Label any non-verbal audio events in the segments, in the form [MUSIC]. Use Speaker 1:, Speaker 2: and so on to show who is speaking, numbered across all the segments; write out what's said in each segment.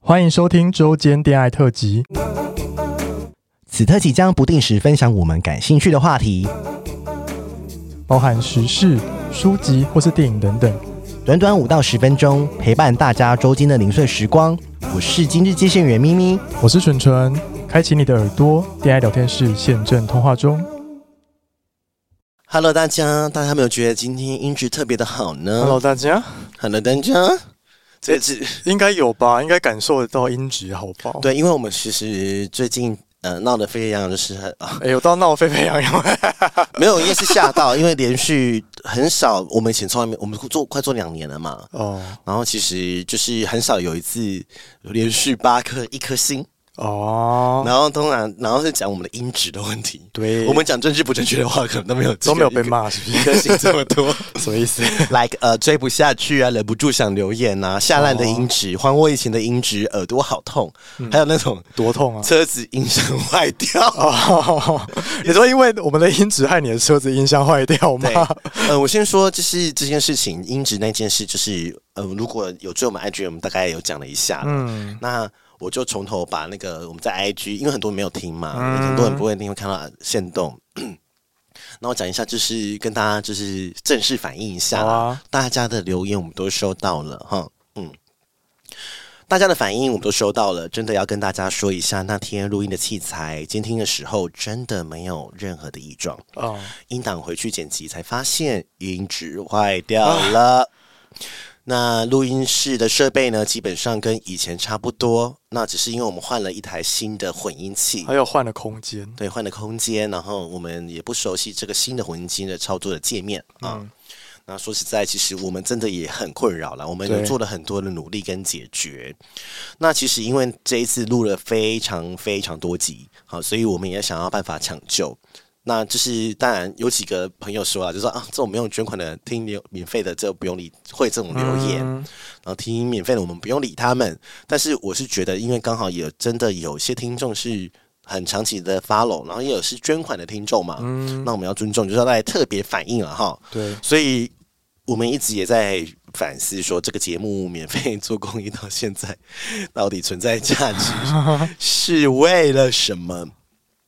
Speaker 1: 欢迎收听周间恋爱特辑。
Speaker 2: 此特辑将不定时分享我们感兴趣的话题，
Speaker 1: 包含时事、书籍或是电影等等。
Speaker 2: 短短五到十分钟，陪伴大家周间的零碎时光。我是今日接线员咪咪，
Speaker 1: 我是纯纯，开启你的耳朵，恋爱聊天室现正通话中。
Speaker 3: Hello，大家，大家有没有觉得今天音质特别的好呢
Speaker 1: Hello，大家，
Speaker 3: Hello，大家，这次
Speaker 1: 应该有吧？应该感受得到音质好不好？，
Speaker 3: 对，因为我们其实最近呃闹得沸沸扬扬，就是很啊， [LAUGHS]
Speaker 1: 哎、有到闹沸沸扬扬。
Speaker 3: 没有，因为是吓到，因为连续很少，我们以前从来没，我们做快做两年了嘛，
Speaker 1: [LAUGHS] 哦
Speaker 3: 然后其实就是很少有一次连续八颗一颗星，
Speaker 1: 哦，
Speaker 3: 然后通常然后是讲我们的音质的问题，
Speaker 1: 对，
Speaker 3: 我们讲政治不正确的话，可能都没有
Speaker 1: 都没有被骂，是不
Speaker 3: 一
Speaker 1: 是？
Speaker 3: 颗星这么多。
Speaker 1: [LAUGHS] 什么意思？
Speaker 3: [LAUGHS] like 呃追不下去啊，忍不住想留言啊，下烂的音质，还我以前的音质，耳朵好痛，还有那种
Speaker 1: 多痛啊！
Speaker 3: 车子音响坏掉。啊
Speaker 1: 哦， [LAUGHS] 你说因为我们的音质害你的车子音箱坏掉吗
Speaker 3: 对？，呃，我先说，就是这件事情，音质那件事，就是呃，如果有追我们 IG，我们大概有讲了一下，
Speaker 1: 嗯，
Speaker 3: 那我就从头把那个我们在 IG，因为很多人没有听嘛，
Speaker 1: 嗯
Speaker 3: 很多人不会听，会看到现动。 [CLEARS THROAT] 那我讲一下，就是跟大家就是正式反映一下
Speaker 1: 好
Speaker 3: 啦，
Speaker 1: 啊
Speaker 3: 大家的留言我们都收到了哈，嗯，大家的反应我们都收到了，真的要跟大家说一下，那天录音的器材监听的时候真的没有任何的异状，
Speaker 1: 哦，
Speaker 3: 音档回去剪辑才发现音质坏掉了。那录音室的设备呢，基本上跟以前差不多，那只是因为我们换了一台新的混音器
Speaker 4: 哎
Speaker 1: 还。有换了空间，
Speaker 3: 对，换了空间，然后我们也不熟悉这个新的混音机的操作的界面啊。那说实在，其实我们真的也很困扰了，我们
Speaker 1: 对
Speaker 3: 有做了很多的努力跟解决。那其实因为这一次录了非常非常多集，好，所以我们也想要办法抢救。那就是当然有几个朋友说了，就说啊，这种没有捐款的听留免费的，这不用理会这种留言。
Speaker 1: 嗯
Speaker 3: 然后听免费的，我们不用理他们。但是我是觉得，因为刚好也真的有些听众是很长期的 follow，然后也有是捐款的听众嘛，
Speaker 1: 嗯，
Speaker 3: 那我们要尊重，就是要来特别反应了哈。
Speaker 1: 对，
Speaker 3: 所以我们一直也在反思说，这个节目免费做公益到现在，到底存在价值是为了什么？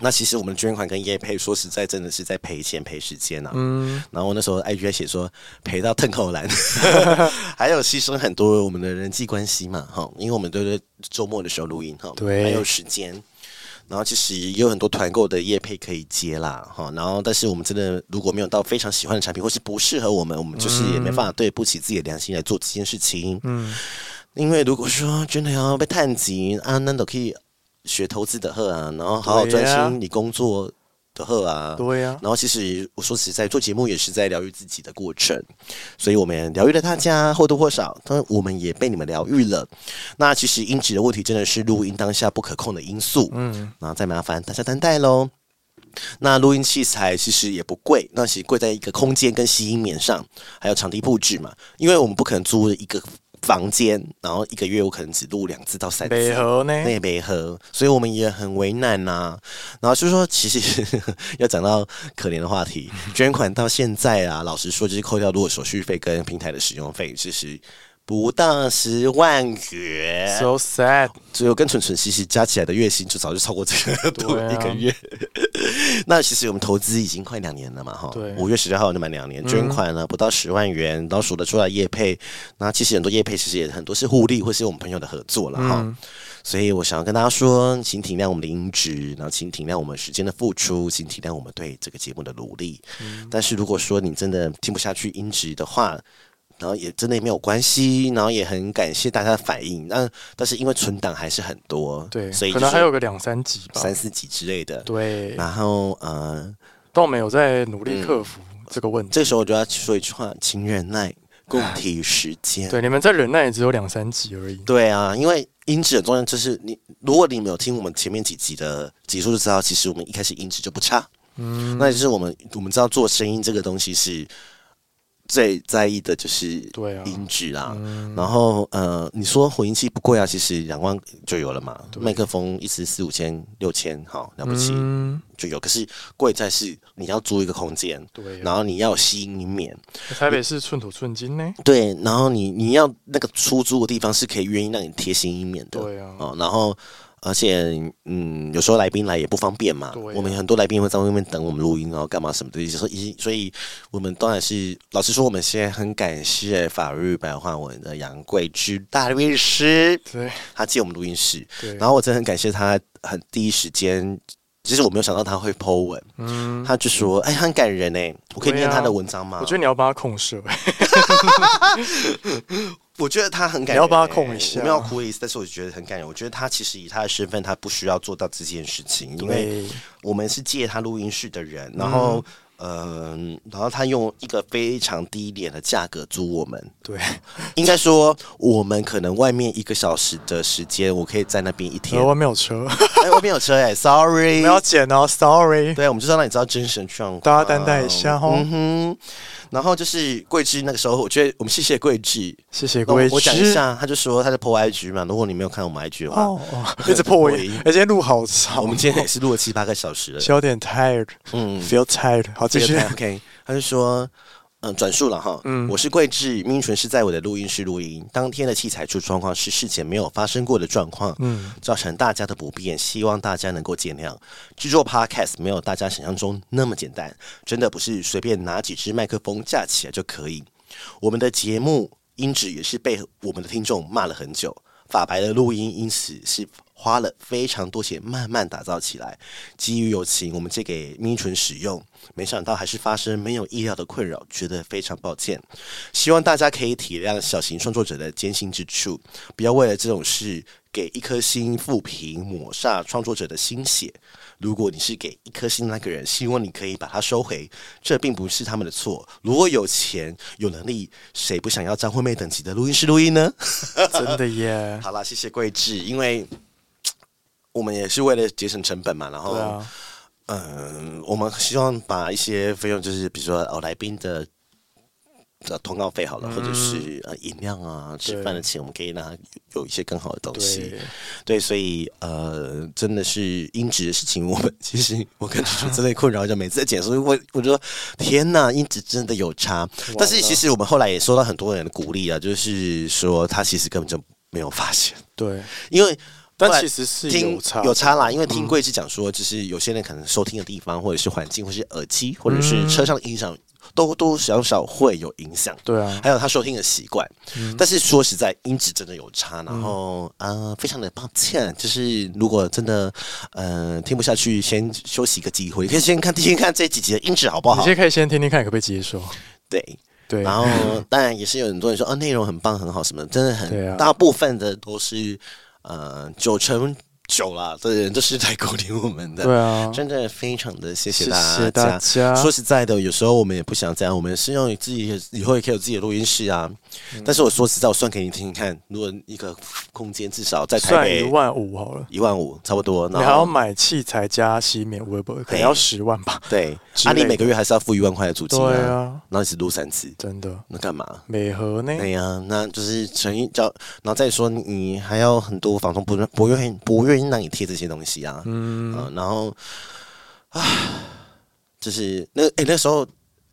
Speaker 3: 那其实我们捐款跟业配，说实在，真的是在赔钱赔时间啊。
Speaker 1: 嗯，
Speaker 3: 然后那时候 IG 还写说赔到腾口兰， [LAUGHS] 还有牺牲很多我们的人际关系嘛，哈，因为我们都是周末的时候录音哈，
Speaker 1: 对
Speaker 3: 还有时间。然后其实也有很多团购的业配可以接啦，哈。然后，但是我们真的如果没有到非常喜欢的产品，或是不适合我们，我们就是也没办法对不起自己的良心来做这件事情。
Speaker 1: 嗯，
Speaker 3: 因为如果说真的要被探及啊，那都可以学投资的货啊，然后好好专
Speaker 1: 对啊
Speaker 3: 心你工作的货啊。
Speaker 1: 对呀、
Speaker 3: 然后其实我说实在，做节目也是在疗愈自己的过程，所以我们疗愈了大家或多或少，但我们也被你们疗愈了。那其实音质的问题真的是录音当下不可控的因素，
Speaker 1: 嗯，
Speaker 3: 然后再麻烦大家担待喽。那录音器材其实也不贵，那其实贵在一个空间跟吸音棉上，还有场地布置嘛，因为我们不可能租一个房间，然后一个月我可能只录两次到三次，
Speaker 1: 北河呢？
Speaker 3: 那也没喝，所以我们也很为难呐、然后就说，其实 [LAUGHS] 要讲到可怜的话题，捐款到现在啊，老实说，就是扣掉如果手续费跟平台的使用费，其实不到十万元。
Speaker 1: So sad，
Speaker 3: 只有跟蠢蠢其实加起来的月薪就早就超过这个多
Speaker 1: 对啊
Speaker 3: 一个月。 [LAUGHS] 那其实我们投资已经快两年了嘛，哈
Speaker 1: 对，嗯
Speaker 3: 五月十六号就满两年，捐款呢不到十万元，然后数得出来业配，那其实很多业配其实也很多是互利或是我们朋友的合作了哈。
Speaker 1: 嗯
Speaker 3: 所以我想要跟大家说，请体谅我们的音质，然后请体谅我们时间的付出，请体谅我们对这个节目的努力。
Speaker 1: 嗯
Speaker 3: 但是如果说你真的听不下去音质的话，然后也真的也没有关系，然后也很感谢大家的反应。那但是因为存档还是很多，
Speaker 1: 对，
Speaker 3: 所以
Speaker 1: 可
Speaker 3: 就
Speaker 1: 能还
Speaker 3: 是
Speaker 1: 有个两三集吧。
Speaker 3: 三四集之类的。
Speaker 1: 对，
Speaker 3: 然后呃，
Speaker 1: 但我们有在努力克服这个问题。
Speaker 3: 这时候我就要说一句话，请忍耐，共体时间。
Speaker 1: 对，你们在忍耐也只有两三集而已。
Speaker 3: 对啊，因为音质很重要，就是你如果你没有听我们前面几集的集数，就知道其实我
Speaker 4: 嗯
Speaker 3: 们一开始音质就不差。嗯，那就是我们我们知道做声音这个东西是最在意的就是
Speaker 4: 对啊嗯
Speaker 3: 音质啦。然后呃，你说混音器不贵啊，其实两万就有了嘛。麦克风一支四五千、六千，好了不起、
Speaker 4: 嗯，
Speaker 3: 就有。可是贵在是你要租一个空间，
Speaker 4: 对啊
Speaker 3: 然后你要有吸音棉，
Speaker 4: 台北市寸土寸金呢，
Speaker 3: 对，然后你你要那个出租的地方是可以愿意让你贴吸音棉的，
Speaker 4: 对啊
Speaker 3: 哦，然后。而且，嗯，有时候来宾来也不方便嘛。
Speaker 4: 对啊
Speaker 3: 我们很多来宾会在外面等我们录音，然后干嘛什么的。所以，所以我们当然是，老实说，我们先很感谢法律白话文的杨贵之大律师，
Speaker 4: 对
Speaker 3: 他借我们录音室。
Speaker 4: 对，
Speaker 3: 然后我真的很感谢他，很第一时间，其实我没有想到他会 Po 文，
Speaker 4: 嗯，
Speaker 3: 他就说：“哎，很感人哎，我可以
Speaker 4: 对
Speaker 3: 念他
Speaker 4: 啊
Speaker 3: 的文章吗？”
Speaker 4: 我觉得你要帮他控射，
Speaker 3: 我觉得他很感
Speaker 4: 你
Speaker 3: 人、欸
Speaker 4: 要帮他控一下
Speaker 3: 我没有哭的意思，但是我觉得很感人。我觉得他其实以他的身份，他不需要做到这件事情，因为
Speaker 4: 对，
Speaker 3: 我们是借他录音室的人，然后。嗯，然后他用一个非常低廉的价格租我们，
Speaker 4: [LAUGHS] 对，
Speaker 3: 应该说我们可能外面一个小时的时间，我可以在那边一天
Speaker 4: [LAUGHS] 然后。外面有车，
Speaker 3: 哎，外面有车哎、s o r r y
Speaker 4: 不要剪哦，sorry，
Speaker 3: 对，我们就是要让你知道真实的状况，
Speaker 4: 大家担待一下哦
Speaker 3: 嗯哼，然后就是桂枝那个时候，我觉得我们谢谢桂枝。
Speaker 4: 谢谢
Speaker 3: 那
Speaker 4: 各
Speaker 3: 我
Speaker 4: 位。
Speaker 3: 哦我讲一下，他就说他在破 IG 嘛，如果你没有看我们 IG 的话，
Speaker 4: 哦
Speaker 3: [LAUGHS]
Speaker 4: 哦，一直破我音，而且录好长，
Speaker 3: 哦我们今天也是录了七八个小 [LAUGHS] 时了。
Speaker 4: 有点 tired，feel
Speaker 3: 嗯，
Speaker 4: tired，好继续。
Speaker 3: OK，他就说。嗯，转述了哈。嗯，我是桂智，命纯是在我的录音室录音。当天的器材出状况是事前没有发生过的状况，嗯，造成大家的不便，希望大家能够见谅。制作 Podcast 没有大家想象中那么简单，真的不是随便拿几支麦克风架起来就可以。我们的节目音质也是被我们的听众骂了很久，法白的录音因此是花了非常多钱慢慢打造起来。基于友情，我们借给咪纯使用，没想到还是发生没有意料的困扰，觉得非常抱歉。希望大家可以体谅小型创作者的艰辛之处，不要为了这种事给一颗星负评，抹煞创作者的心血。如果你是给一颗星的那个人，希望你可以把它收回，这并不是他们的错。如果有钱有能力，谁不想要张惠妹等级的录音室录音呢？
Speaker 4: [LAUGHS] 真的耶，
Speaker 3: [LAUGHS] 好啦，谢谢桂智，因为嘖我们也是为了节省成本嘛，然后、
Speaker 4: 对啊，
Speaker 3: 嗯，我们希望把一些费用，就是比如说哦，来宾的。的通告费好
Speaker 4: 嗯
Speaker 3: 了，或者是呃饮料啊、吃饭的钱，我们可以让他有一些更好的东西。
Speaker 4: 对，
Speaker 3: 对，所以呃，真的是音质的事情，我们其实我跟主持人真的困扰，就每次在剪，所以我我就说天呐，音质真的有差。但是其实我们后来也收到很多人的鼓励啊，就是说他其实根本就没有发现，
Speaker 4: 对，
Speaker 3: 因为
Speaker 4: 但
Speaker 3: 后来
Speaker 4: 其实是
Speaker 3: 听
Speaker 4: 有差，嗯
Speaker 3: 有差啦，因为听贵是讲说，就是有些人可能收听的地方，或者是环境，或是耳机，或者
Speaker 4: 嗯
Speaker 3: 是车上的音响，都多少少会有影响。
Speaker 4: 对啊，嗯
Speaker 3: 还有他收听的习惯。但是说实在，音质真的有差。然后，呃，非常的抱歉，就是如果真的，呃，听不下去，先休息一个机会，可以先看，先看这几集的音质好不
Speaker 4: 你
Speaker 3: 好？
Speaker 4: 先可以先听听看，可不可以接受？
Speaker 3: 对。
Speaker 4: 对，[LAUGHS]
Speaker 3: 然后，当然也是有很多人说，啊，内容很棒，很好，什么的，真的
Speaker 4: 对
Speaker 3: 很，
Speaker 4: 啊
Speaker 3: 大部分的都是，呃，九成九啦的人都是来鼓励我们的。
Speaker 4: 对啊，
Speaker 3: 真的非常的谢
Speaker 4: 谢
Speaker 3: 大
Speaker 4: 谢大家
Speaker 3: 说实在的，有时候我们也不想这样，我们是用自己的以后也可以有自己的录音室啊。
Speaker 4: 嗯
Speaker 3: 但是我说实在，我算给你听听看，如果一个空间至少在台
Speaker 4: 算一
Speaker 3: 北
Speaker 4: 万五好了。
Speaker 3: 一万五差不多，
Speaker 4: 你还
Speaker 3: 然
Speaker 4: 要
Speaker 3: 后
Speaker 4: 买器材加洗免微博，可
Speaker 3: 对
Speaker 4: 能要十万
Speaker 3: [LAUGHS]
Speaker 4: 吧？
Speaker 3: 对，
Speaker 4: 之
Speaker 3: 啊，
Speaker 4: 类
Speaker 3: 你
Speaker 4: 的
Speaker 3: 每个月还是要付一万块的租金啊，
Speaker 4: 对啊
Speaker 3: 然后你只录三次，
Speaker 4: 真的，
Speaker 3: 那干嘛？
Speaker 4: 美和呢？
Speaker 3: 对呀、那就是诚意交，然后再说你还有很多房东不不愿意不愿意让你贴这些东西啊，嗯、然后啊，就是那哎、诶那时候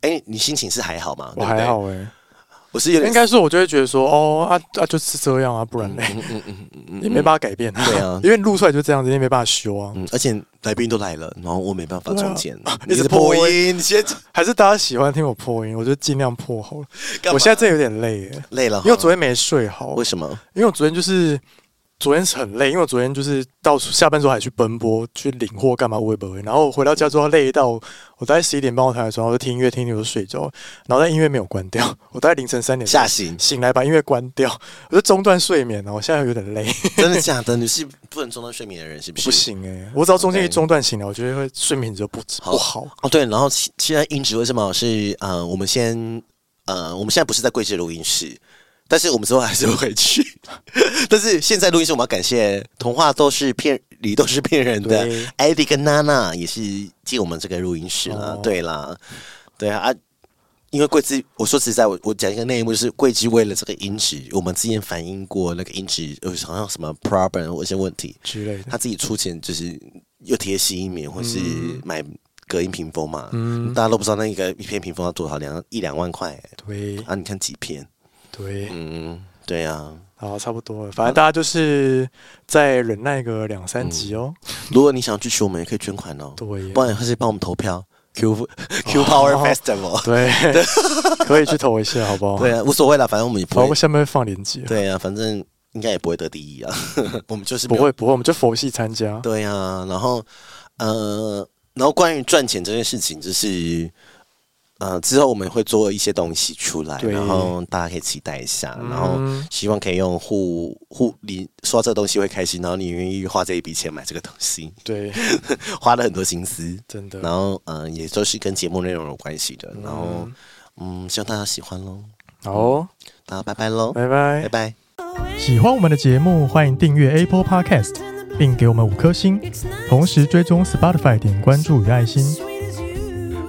Speaker 3: 哎、诶你心情是还好吗？
Speaker 4: 我
Speaker 3: 对不对
Speaker 4: 还，好哎、
Speaker 3: 我是有点
Speaker 4: 应该是我就会觉得说，哦啊啊就是这样啊，不然嘞，也没办法改变、
Speaker 3: 嗯对啊
Speaker 4: [LAUGHS] 因为录出来就这样子，你也没办法修啊。
Speaker 3: 嗯，而且来宾都来了，然后我没办法中
Speaker 4: [LAUGHS]
Speaker 3: 间、
Speaker 4: 一直
Speaker 3: 破
Speaker 4: 啊破
Speaker 3: 音，你先
Speaker 4: [LAUGHS] 还是大家喜欢听我破音，我就尽量破好了。
Speaker 3: 干嘛
Speaker 4: 我现在真的有点累哎、
Speaker 3: 累了哈，
Speaker 4: 因为我昨天没睡好
Speaker 3: 为，什么？
Speaker 4: 因为我昨天就是昨天是很累，因为我昨天就是到下班之后还去奔波去领货干嘛，我也不会。然后回到家之后累到我大概十一点半我躺在床上我就听音乐，听一听我就睡着，然后但音乐没有关掉，我大概凌晨三点？
Speaker 3: 吓醒
Speaker 4: 醒来把音乐关掉，我就中断睡眠了。啊我现在有点累，
Speaker 3: 真的假的？你是不能中断睡眠的人 [LAUGHS] 是不是？
Speaker 4: 不行哎、我只要中间
Speaker 3: OK
Speaker 4: 一中断醒来，我觉得会睡眠就不不好。
Speaker 3: 哦，对，然后其现在音质为什么是呃，我们先呃，我们现在不是在贵志录音室，但是我们之后还是会回去。 [LAUGHS] 但是现在录音室我们要感谢童话都是骗理都是骗人的
Speaker 4: 对，
Speaker 3: 艾迪跟娜娜也是进我们这个录音室啦，
Speaker 4: 哦
Speaker 3: 对啦，对啊。啊因为桂枝，我说实在，我我讲一个内幕，就是桂枝为了这个音质，我们之前反映过那个音质，呃，好像什么 problem 或一些问题，
Speaker 4: 之类的。
Speaker 3: 他自己出钱就是又贴吸音棉，或是
Speaker 4: 嗯
Speaker 3: 买隔音屏风嘛，大家都不知道那个一片屏风要多少，两一两万块、欸
Speaker 4: 对
Speaker 3: 啊，你看几片，
Speaker 4: 对，
Speaker 3: 嗯，对啊，
Speaker 4: 好，差不多了。反正大家就是再忍耐个两
Speaker 3: 嗯
Speaker 4: 三集哦。
Speaker 3: 如果你想支持我们，也可以捐款哦，
Speaker 4: 对耶
Speaker 3: 不，然还是帮我们投票 Q
Speaker 4: [LAUGHS]
Speaker 3: Q Power Festival，、
Speaker 4: 对，可以去投一下，好不好？
Speaker 3: 对，啊，无所谓啦，反正我们也不
Speaker 4: 哦好，我
Speaker 3: 会，
Speaker 4: 下面会放链接。
Speaker 3: 对啊，反正应该也不会得第一啊， [LAUGHS] 我们就是
Speaker 4: 不
Speaker 3: 没有
Speaker 4: 会不会，我们就佛系参加。
Speaker 3: 对呀、然后呃，然后关于赚钱这件事情，就是呃，之后我们会做一些东西出来，
Speaker 4: 对
Speaker 3: 然后大家可以期待一下，然后
Speaker 4: 嗯
Speaker 3: 希望可以用互互你说到这个东西会开心，然后你愿意花这一笔钱买这个东西， [LAUGHS]
Speaker 4: 对，
Speaker 3: 花了很多心思，
Speaker 4: 真的
Speaker 3: 然。后嗯、呃也都是跟节目内容有关系的，然后嗯，希望大家喜欢喽，
Speaker 4: 好哦，
Speaker 3: 大家拜拜喽，
Speaker 4: 拜拜
Speaker 3: 拜。拜。
Speaker 1: 喜欢我们的节目，欢迎订阅 Apple Podcast，并给我们五颗星，同时追踪 Spotify 点关注与爱心。